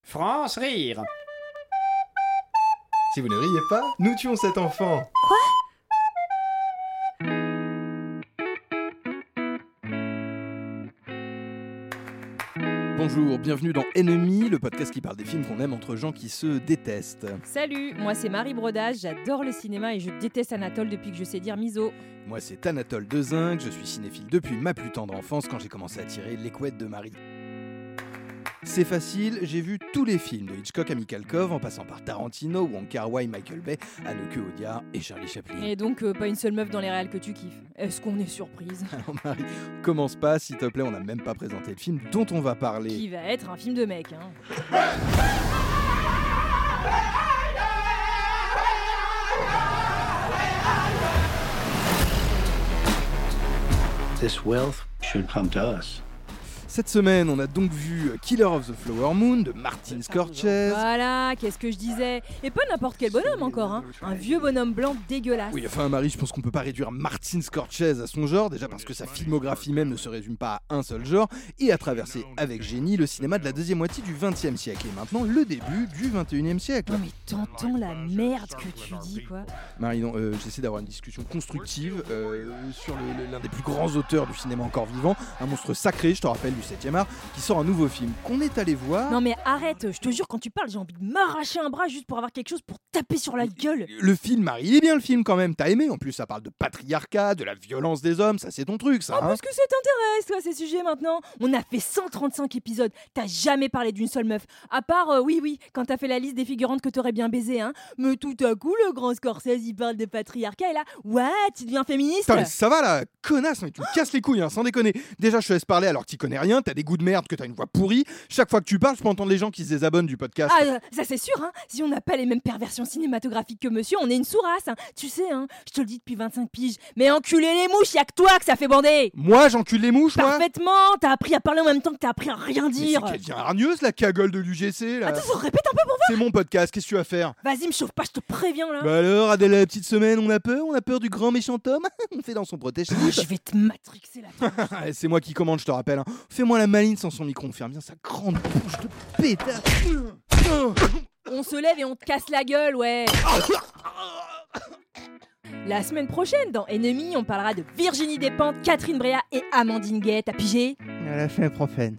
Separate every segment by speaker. Speaker 1: France rire.
Speaker 2: Si vous ne riez pas, nous tuons cet enfant.
Speaker 3: Bonjour, bienvenue dans Ennemi, le podcast qui parle des films qu'on aime entre gens qui se détestent.
Speaker 4: Salut, moi c'est Marie Brodage, j'adore le cinéma et je déteste Anatole depuis que je sais dire miso.
Speaker 3: Moi, c'est Anatole Dezinck, je suis cinéphile depuis ma plus tendre enfance quand j'ai commencé à tirer les couettes de Marie. C'est facile, j'ai vu tous les films de Hitchcock à Mikhalkov en passant par Tarantino, Wong Kar-wai, Michael Bay, Anneke Odia et Charlie Chaplin.
Speaker 4: Et donc euh, pas une seule meuf dans les réals que tu kiffes. Est-ce qu'on est surprise
Speaker 3: Alors Oh, Marie, commence pas, s'il te plaît, on n'a même pas présenté le film dont on va parler.
Speaker 4: Qui va être un film de mec, hein
Speaker 5: This wealth should come to us.
Speaker 3: Cette semaine, on a donc vu euh, Killer of the Flower Moon de Martin Scorsese.
Speaker 4: Voilà, qu'est-ce que je disais Et pas n'importe quel bonhomme encore, hein Un vieux bonhomme blanc dégueulasse.
Speaker 3: Oui, enfin, Marie, je pense qu'on peut pas réduire Martin Scorsese à son genre, déjà parce que sa filmographie même ne se résume pas à un seul genre, et à traverser avec génie le cinéma de la deuxième moitié du XXe siècle, et maintenant le début du XXIe siècle.
Speaker 4: Non mais t'entends la merde que tu dis, quoi
Speaker 3: Marie, non, euh, j'essaie d'avoir une discussion constructive euh, sur le- le- l'un des plus grands auteurs du cinéma encore vivant, un monstre sacré, je te rappelle, du 7e art, qui sort un nouveau film qu'on est allé voir.
Speaker 4: Non mais arrête, je te jure, quand tu parles, j'ai envie de m'arracher un bras juste pour avoir quelque chose pour taper sur la gueule
Speaker 3: Le film, Marie, il est bien le film quand même, t'as aimé, en plus ça parle de patriarcat, de la violence des hommes, ça c'est ton truc ça.
Speaker 4: Oh,
Speaker 3: hein.
Speaker 4: parce que ça t'intéresse, toi, ces sujets maintenant On a fait 135 épisodes, t'as jamais parlé d'une seule meuf. À part, euh, oui, oui, quand t'as fait la liste des figurantes que t'aurais bien baisé, hein. Mais tout à coup, le grand Scorsese, il parle de patriarcat, et là, ouais, tu deviens féministe
Speaker 3: Putain, mais ça va là, connasse, mais tu me casses les couilles, hein, sans déconner. Déjà, je te laisse parler alors que t'y connais rien, t'as des goûts de merde, que t'as une voix pourrie. Chaque fois que tu parles, je peux entendre les gens qui se désabonnent du podcast.
Speaker 4: Ah, euh, ça c'est sûr, hein. Si on n'a pas les mêmes perversions cinématographiques que monsieur, on est une sourasse, hein. Tu sais, hein, je te le dis depuis 25 piges. Mais enculé les mouches, y'a que toi que ça fait bander
Speaker 3: Moi, j'encule les mouches, moi.
Speaker 4: Parfaitement T'as appris à parler en même temps que t'as appris à rien
Speaker 3: Mais
Speaker 4: dire Ah,
Speaker 3: C'est quelle vieille hargneuse, la cagole de l'UGC, là.
Speaker 4: Attends, ça répète un peu pour...
Speaker 3: C'est mon podcast, qu'est-ce que tu vas faire
Speaker 4: Vas-y, me chauffe pas, je te préviens, là
Speaker 3: Bah alors, Adèle, la petite semaine, on a peur, on a peur du grand méchant homme. on fait dans son protège
Speaker 4: Oh, Je vais te matrixer la
Speaker 3: C'est moi qui commande, je te rappelle. hein. Fais-moi la maline sans son micro, on ferme bien sa grande bouche de pétasse.
Speaker 4: On se lève et on te casse la gueule, ouais. La semaine prochaine, dans Ennemi, on parlera de Virginie Despentes, Catherine Bréa et Amandine Guette. à pigé
Speaker 3: Elle a fait un profane.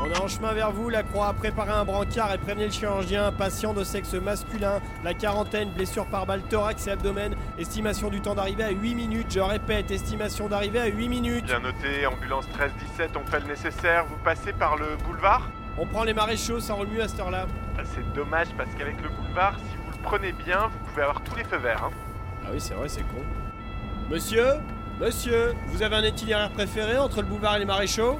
Speaker 6: On est en chemin vers vous, la croix a préparé un brancard et prévenu le chirurgien, patient de sexe masculin, la quarantaine, blessure par balle, thorax et abdomen, estimation du temps d'arrivée à 8 minutes, je répète, estimation d'arrivée à 8 minutes.
Speaker 7: Bien noté, ambulance 1317, on fait le nécessaire, vous passez par le boulevard
Speaker 6: On prend les maréchaux, ça remue à cette heure-là.
Speaker 7: Bah, C'est dommage parce qu'avec le boulevard, si vous le prenez bien, vous pouvez avoir tous les feux verts. hein.
Speaker 6: Ah oui, c'est vrai, c'est con. Monsieur Monsieur Vous avez un itinéraire préféré entre le boulevard et les maréchaux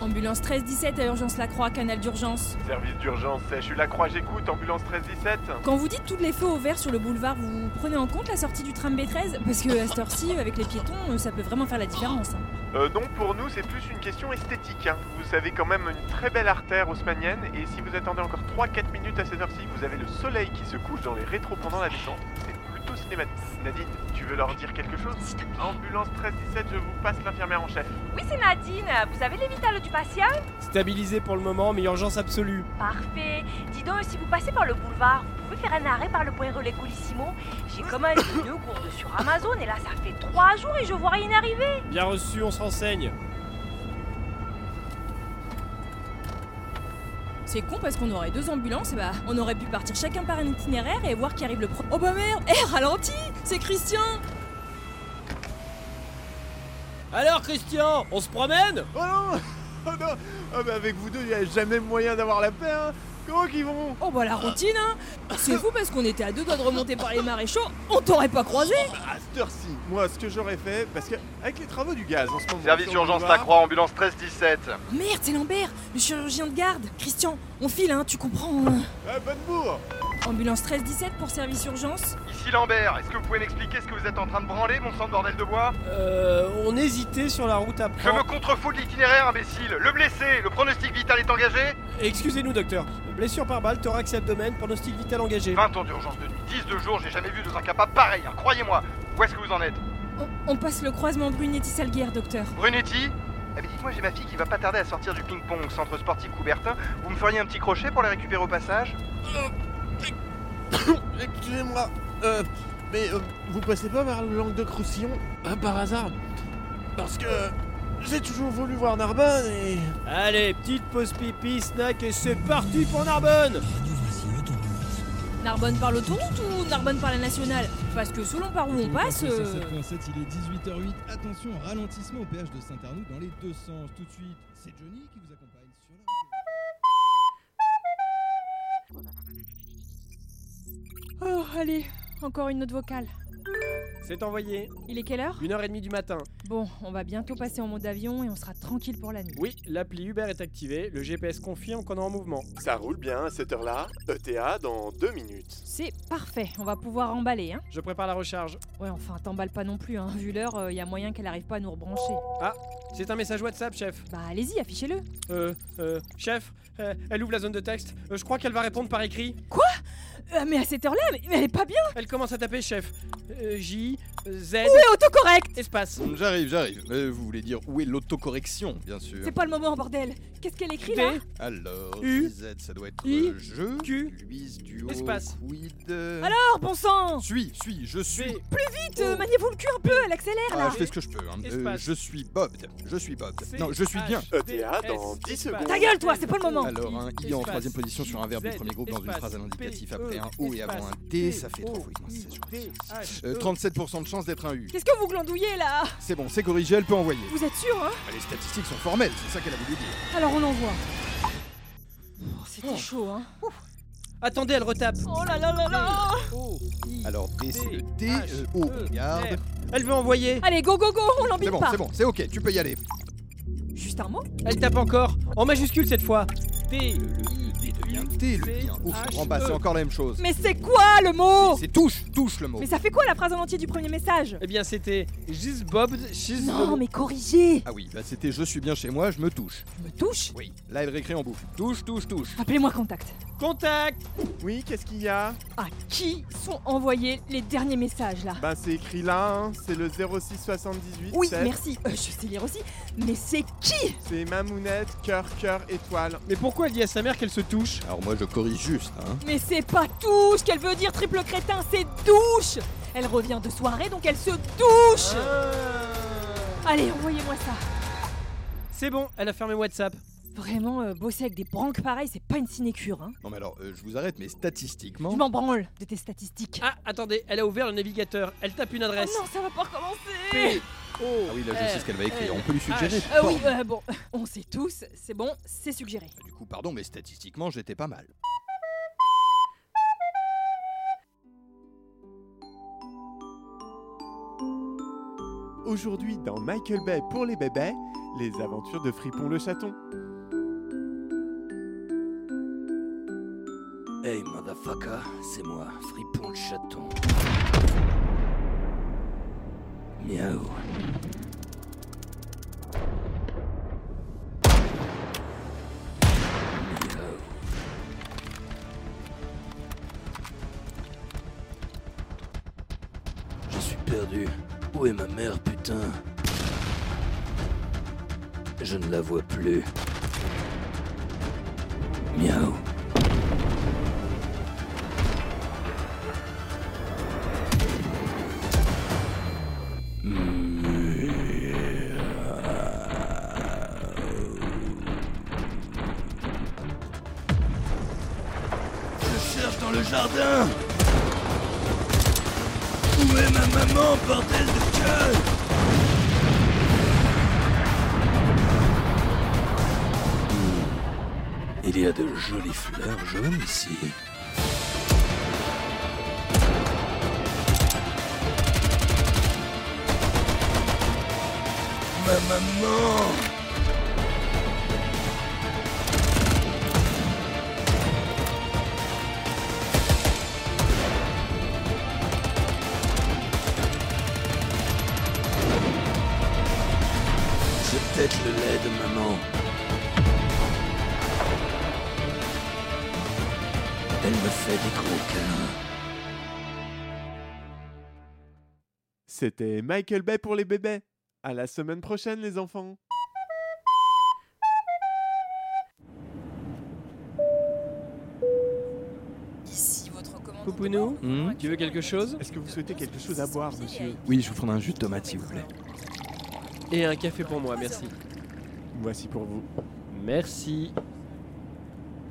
Speaker 4: Ambulance 1317 à Urgence Lacroix, canal d'urgence.
Speaker 7: Service d'urgence, c'est- je suis la croix, j'écoute, ambulance 1317.
Speaker 4: Quand vous dites tous les feux au vert sur le boulevard, vous prenez en compte la sortie du tram B13 Parce que à cette heure-ci, avec les piétons, euh, ça peut vraiment faire la différence. hein.
Speaker 7: Euh, non, pour nous, c'est plus une question esthétique. hein. Vous avez quand même une très belle artère haussmannienne, et si vous attendez encore 3-4 minutes à cette heure-ci, vous avez le soleil qui se couche dans les rétros pendant la descente. C'est plutôt cinématique. Nadine, tu veux leur dire quelque chose Ambulance 1317, je vous passe l'infirmière en chef.
Speaker 8: Oui, c'est Nadine. Vous avez l'évital du patient
Speaker 6: Stabilisé pour le moment, mais urgence absolue.
Speaker 8: Parfait. Dis donc, si vous passez par le boulevard, vous pouvez faire un arrêt par le point relais Colissimo. J'ai commandé deux gourdes sur Amazon et là, ça fait trois jours et je vois rien arriver.
Speaker 6: Bien reçu, on se renseigne.
Speaker 4: C'est con parce qu'on aurait deux ambulances, et bah on aurait pu partir chacun par un itinéraire et voir qui arrive le pro. Oh bah merde Eh, ralenti C'est Christian
Speaker 6: Alors Christian, on se promène
Speaker 7: Oh non Oh non Ah bah avec vous deux, il n'y a jamais moyen d'avoir la paix, hein Comment qu'ils vont
Speaker 4: Oh bah la routine hein C'est fou parce qu'on était à deux doigts de remonter par les maréchaux, on t'aurait pas croisé
Speaker 7: À cette heure-ci, moi, ce que j'aurais fait, parce que avec les travaux du gaz en ce moment...
Speaker 9: Service
Speaker 7: sur le
Speaker 9: urgence
Speaker 7: boulevard,
Speaker 9: Lacroix, ambulance 1317.
Speaker 4: Oh, Merde, c'est Lambert, le chirurgien de garde Christian, on file hein, tu comprends hein.
Speaker 7: Ah, Bonnebourg
Speaker 4: Ambulance 1317 pour service urgence
Speaker 9: Ici Lambert, est-ce que vous pouvez m'expliquer ce que vous êtes en train de branler, mon sang de bordel de bois
Speaker 6: Euh, on hésitait sur la route à
Speaker 9: Je
Speaker 6: prendre.
Speaker 9: me contrefous de l'itinéraire, imbécile Le blessé, le pronostic vital est engagé
Speaker 6: Excusez-nous, docteur. Blessure par balle, thorax et abdomen, pronostic vital engagé.
Speaker 9: 20 ans d'urgence de nuit, 10 de jour, j'ai jamais vu deux incapables pareils, hein, croyez-moi Où est-ce que vous en êtes
Speaker 4: On, on passe le croisement Brunetti-Salguerre, docteur.
Speaker 9: Brunetti Eh bien, dites-moi, j'ai ma fille qui va pas tarder à sortir du ping-pong au centre sportif Coubertin. Vous me feriez un petit crochet pour la récupérer au passage
Speaker 1: Excusez-moi, euh, mais euh, vous passez pas par le Languedoc-Roussillon euh, par hasard Parce que euh, j'ai toujours voulu voir Narbonne et
Speaker 6: Allez, petite pause pipi, snack et c'est parti pour Narbonne
Speaker 4: Narbonne par l'autoroute ou Narbonne par la nationale Parce que selon par où on passe. euh,
Speaker 10: 7.7, il est 18h08. Attention, ralentissement au péage de Saint-Arnoux dans les deux sens. Tout de suite, c'est Johnny qui vous accompagne sur la route.
Speaker 4: Oh, allez, encore une note vocale.
Speaker 6: C'est envoyé,
Speaker 4: Il est quelle heure
Speaker 6: 1h30 du matin.
Speaker 4: Bon, on va bientôt passer en mode avion et on sera tranquille pour la nuit.
Speaker 6: Oui, l'appli Uber est activée, le GPS confirme qu'on est en mouvement.
Speaker 11: Ça roule bien à cette heure-là. ETA dans deux minutes.
Speaker 4: C'est parfait, on va pouvoir emballer, hein
Speaker 6: Je prépare la recharge.
Speaker 4: Ouais, enfin, t'emballes pas non plus, hein. Vu l'heure, il y a moyen qu'elle arrive pas à nous rebrancher.
Speaker 6: C'est un message WhatsApp, chef.
Speaker 4: Bah, allez-y, affichez-le.
Speaker 6: Euh, euh, chef, euh, elle ouvre la zone de texte. Euh, je crois qu'elle va répondre par écrit.
Speaker 4: Euh, mais à cette heure-là, mais, mais elle est pas bien
Speaker 6: Elle commence à taper, chef. Euh, J, Z,
Speaker 4: Mais autocorrect
Speaker 6: espace.
Speaker 3: J'arrive, j'arrive. Euh, vous voulez dire où est l'autocorrection, bien sûr.
Speaker 4: C'est pas le moment, bordel Qu'est-ce qu'elle écrit là
Speaker 6: D,
Speaker 3: Alors,
Speaker 6: U,
Speaker 3: Z, ça doit être
Speaker 6: I,
Speaker 3: euh, je,
Speaker 6: Q,
Speaker 3: Luis, duo,
Speaker 6: espace.
Speaker 3: quid. euh,
Speaker 4: Alors, Ah, bon sang
Speaker 3: Suis, suis, je suis.
Speaker 6: V,
Speaker 4: Vite, euh, maniez-vous le cul un peu, elle accélère
Speaker 3: Ah,
Speaker 4: là
Speaker 3: je fais ce que je peux. hein. Euh,
Speaker 6: Espace.
Speaker 3: je suis Bob. Je suis Bob.
Speaker 6: C,
Speaker 3: Non, je suis
Speaker 6: H,
Speaker 3: bien.
Speaker 6: D,
Speaker 11: ETA Euh, dans
Speaker 6: S,
Speaker 11: 10
Speaker 6: espace.
Speaker 11: secondes.
Speaker 4: Ta gueule, toi, c'est pas le moment
Speaker 3: Alors, un I en
Speaker 6: Espace.
Speaker 3: troisième position sur un verbe
Speaker 6: Z,
Speaker 3: du premier groupe dans une
Speaker 6: espace.
Speaker 3: phrase à l'indicatif
Speaker 6: P,
Speaker 3: après
Speaker 6: E,
Speaker 3: un O et avant un T, ça fait trois
Speaker 6: O,
Speaker 3: fois. Non, c'est sûr.
Speaker 6: D, H,
Speaker 3: Euh,
Speaker 6: E.
Speaker 3: 37% de chance d'être un U.
Speaker 4: Qu'est-ce que vous glandouillez là
Speaker 3: C'est bon, c'est corrigé, elle peut envoyer.
Speaker 4: Vous êtes sûr, hein
Speaker 3: Ah, Les statistiques sont formelles, c'est ça qu'elle a voulu dire.
Speaker 4: Alors on envoie. C'était chaud, hein
Speaker 6: Attendez, elle retape.
Speaker 4: Oh là là là là
Speaker 6: O, I.
Speaker 3: Alors, D, c'est le T,
Speaker 6: H,
Speaker 3: euh, O,
Speaker 6: E,
Speaker 3: regarde.
Speaker 6: R. Elle veut envoyer.
Speaker 4: Allez, go go go, on
Speaker 3: C'est
Speaker 4: l'embête
Speaker 3: bon,
Speaker 4: pas
Speaker 3: c'est bon, c'est ok, tu peux y aller.
Speaker 4: Juste un mot
Speaker 6: Elle tape encore. En majuscule cette fois. D, I,
Speaker 3: E, D devient
Speaker 6: U,
Speaker 3: T, le
Speaker 6: C,
Speaker 3: bien. Ouf,
Speaker 6: H,
Speaker 3: en bas, c'est
Speaker 6: E.
Speaker 3: encore la même chose.
Speaker 4: Mais c'est quoi le mot
Speaker 3: C'est touche, touche le mot.
Speaker 4: Mais ça fait quoi la phrase en entier du premier message
Speaker 6: Eh bien, c'était Gis Bob, She's
Speaker 4: Non, mais corrigez
Speaker 3: Ah oui, bah c'était je suis bien chez moi, je me touche.
Speaker 4: Je me touche
Speaker 3: Oui. Là, elle récré en boucle. Touche, touche, touche.
Speaker 4: Appelez-moi contact.
Speaker 6: Contact
Speaker 10: Oui, qu'est-ce qu'il y a
Speaker 4: À Ah, qui sont envoyés les derniers messages là
Speaker 10: Bah, c'est écrit là, hein, c'est le 0678.
Speaker 4: Oui, merci, Euh, je sais lire aussi, mais c'est qui
Speaker 10: C'est Mamounette, cœur, cœur, étoile.
Speaker 6: Mais pourquoi elle dit à sa mère qu'elle se touche
Speaker 3: Alors moi, je corrige juste, hein.
Speaker 4: Mais c'est pas touche qu'elle veut dire triple crétin, c'est douche Elle revient de soirée donc elle se douche Allez, envoyez-moi ça
Speaker 6: C'est bon, elle a fermé WhatsApp.
Speaker 4: Vraiment, euh, bosser avec des branques pareilles, c'est pas une sinécure, hein.
Speaker 3: Non mais alors, euh, je vous arrête, mais
Speaker 4: Je
Speaker 3: statistiquement...
Speaker 4: m'en branle de tes statistiques.
Speaker 6: Ah, attendez, elle a ouvert le navigateur. Elle tape une
Speaker 4: Oh
Speaker 6: adresse.
Speaker 4: non, ça va pas recommencer
Speaker 6: P, O,
Speaker 3: Ah oui, là, je sais ce qu'elle va écrire. On peut lui suggérer.
Speaker 4: Euh, oui, euh, bon, on sait tous, c'est bon, c'est suggéré.
Speaker 3: Bah, Du coup, pardon, mais statistiquement, j'étais pas mal.
Speaker 10: Aujourd'hui, dans Michael Bay pour les bébés, les aventures de Fripon le chaton.
Speaker 12: Hey motherfucker, c'est moi, Fripon le chaton. Miaou. Je suis perdu. Où est ma mère, putain Je ne la vois plus. Miaou. Je cherche dans le jardin Où est ma maman, bordel de gueule Hmm. Il y a de jolies fleurs jaunes ici. Ma maman C'est peut-être le lait de maman. Elle me fait des gros câlins.
Speaker 7: C'était Michael Bay pour les bébés. À la semaine prochaine, les enfants.
Speaker 12: Hmm.
Speaker 6: Poupounou, tu veux quelque chose
Speaker 7: Est-ce que vous souhaitez quelque chose à boire, monsieur
Speaker 12: Oui, je vous prends un jus de tomate, s'il vous plaît.
Speaker 6: Et un café pour moi, merci.
Speaker 7: Voici pour vous.
Speaker 6: Merci.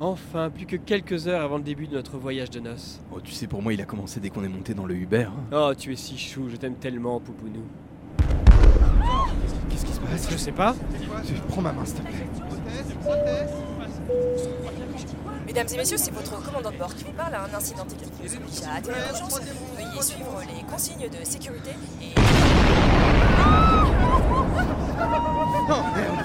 Speaker 6: Enfin, plus que quelques heures avant le début de notre voyage de noces.
Speaker 12: Oh, tu sais, pour moi, il a commencé dès qu'on est monté dans le Uber. hein.
Speaker 6: Oh, tu es si chou, je t'aime tellement, Poupounou.
Speaker 12: Qu'est-ce qui se passe
Speaker 6: Je sais pas.
Speaker 12: Prends ma main, s'il te plaît.
Speaker 4: Mesdames et messieurs, c'est votre commandant de bord qui vous parle à un incident technique nous oblige à atteindre l'urgence. Veuillez suivre les consignes de sécurité et...
Speaker 3: Non, merde,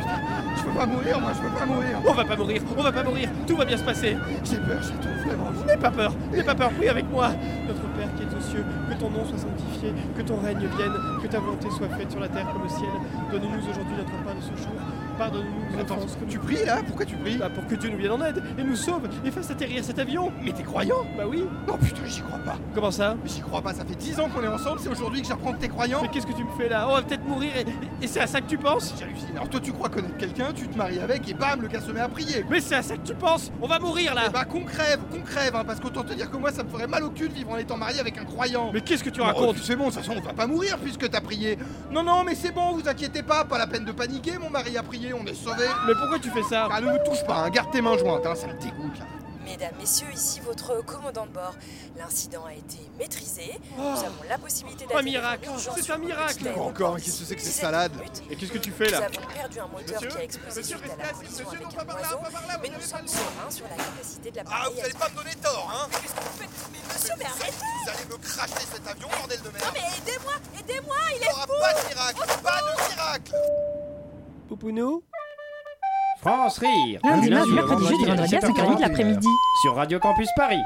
Speaker 3: je peux pas mourir, moi, je peux pas mourir.
Speaker 6: On va pas mourir, on va pas mourir, tout va bien se passer.
Speaker 3: J'ai peur, j'ai tout vraiment.
Speaker 6: N'aie pas peur, n'aie pas peur, prie avec moi. Notre Père qui es aux cieux, que ton nom soit sanctifié, que ton règne vienne, que ta volonté soit faite sur la terre comme au ciel. Donne-nous aujourd'hui notre pain de ce jour. Pardonne-nous nos
Speaker 3: Attends,
Speaker 6: offenses comme
Speaker 3: tu pries, là Pourquoi tu pries
Speaker 6: Bah, pour que Dieu nous vienne en aide et nous sauve et fasse atterrir cet avion.
Speaker 3: Mais t'es croyant
Speaker 6: Bah oui.
Speaker 3: Non, Oh, putain, j'y crois pas.
Speaker 6: Comment ça
Speaker 3: Mais J'y crois pas, ça fait 10 ans qu'on est ensemble, c'est aujourd'hui que j'apprends que t'es croyant.
Speaker 6: Mais qu'est-ce que tu me fais là On va peut-être mourir et, et- et c'est à ça que tu penses
Speaker 3: J'hallucine. Alors toi, tu crois connaître quelqu'un, tu te maries avec et bam, le gars se met à prier.
Speaker 6: Mais c'est à ça que tu penses On va mourir là
Speaker 3: Eh bah qu'on crève, qu'on crève, hein, parce qu'autant te dire que moi, ça me ferait mal au cul de vivre en étant marié avec un croyant.
Speaker 6: Mais qu'est-ce que tu
Speaker 3: Oh,
Speaker 6: racontes
Speaker 3: puis C'est bon, de toute façon, on va pas mourir puisque t'as prié. Non, non, mais c'est bon, vous inquiétez pas, pas la peine de paniquer, mon mari a prié, on est sauvés.
Speaker 6: Mais pourquoi tu fais ça
Speaker 3: Ah, ne me touche pas, hein, garde tes mains jointes, hein, ça me dégoûte. là.
Speaker 4: Mesdames, messieurs, ici votre commandant de bord. L'incident a été maîtrisé. Nous avons la possibilité
Speaker 6: Oh. Un
Speaker 4: d'atterrir
Speaker 6: miracle
Speaker 4: en urgence
Speaker 6: C'est
Speaker 4: sur
Speaker 6: un
Speaker 4: le
Speaker 6: miracle
Speaker 4: Pakistan.
Speaker 3: Encore, mais qu'est-ce que c'est que ces salades
Speaker 6: Et qu'est-ce que tu fais
Speaker 4: Nous
Speaker 6: là
Speaker 4: avons perdu un moteur qui a explosé suite à la collision avec un oiseau, mais nous sommes sereins sur la capacité
Speaker 7: Ah,
Speaker 4: de l'appareil. à-
Speaker 3: Ah, pas me donner tort, hein
Speaker 4: Qu'est-ce que vous faites Mais monsieur, mais arrêtez
Speaker 3: Vous allez me cracher cet avion, bordel de merde
Speaker 4: Non mais aidez-moi Aidez-moi Il
Speaker 3: Il n'y aura pas de miracle Pas de miracle
Speaker 6: Poupounou France Rire
Speaker 13: Lundi,
Speaker 6: Du
Speaker 13: mardi,
Speaker 6: au
Speaker 13: mercredi, jeudi, vendredi à 5h08 de l'après-midi.
Speaker 6: Sur Radio Campus Paris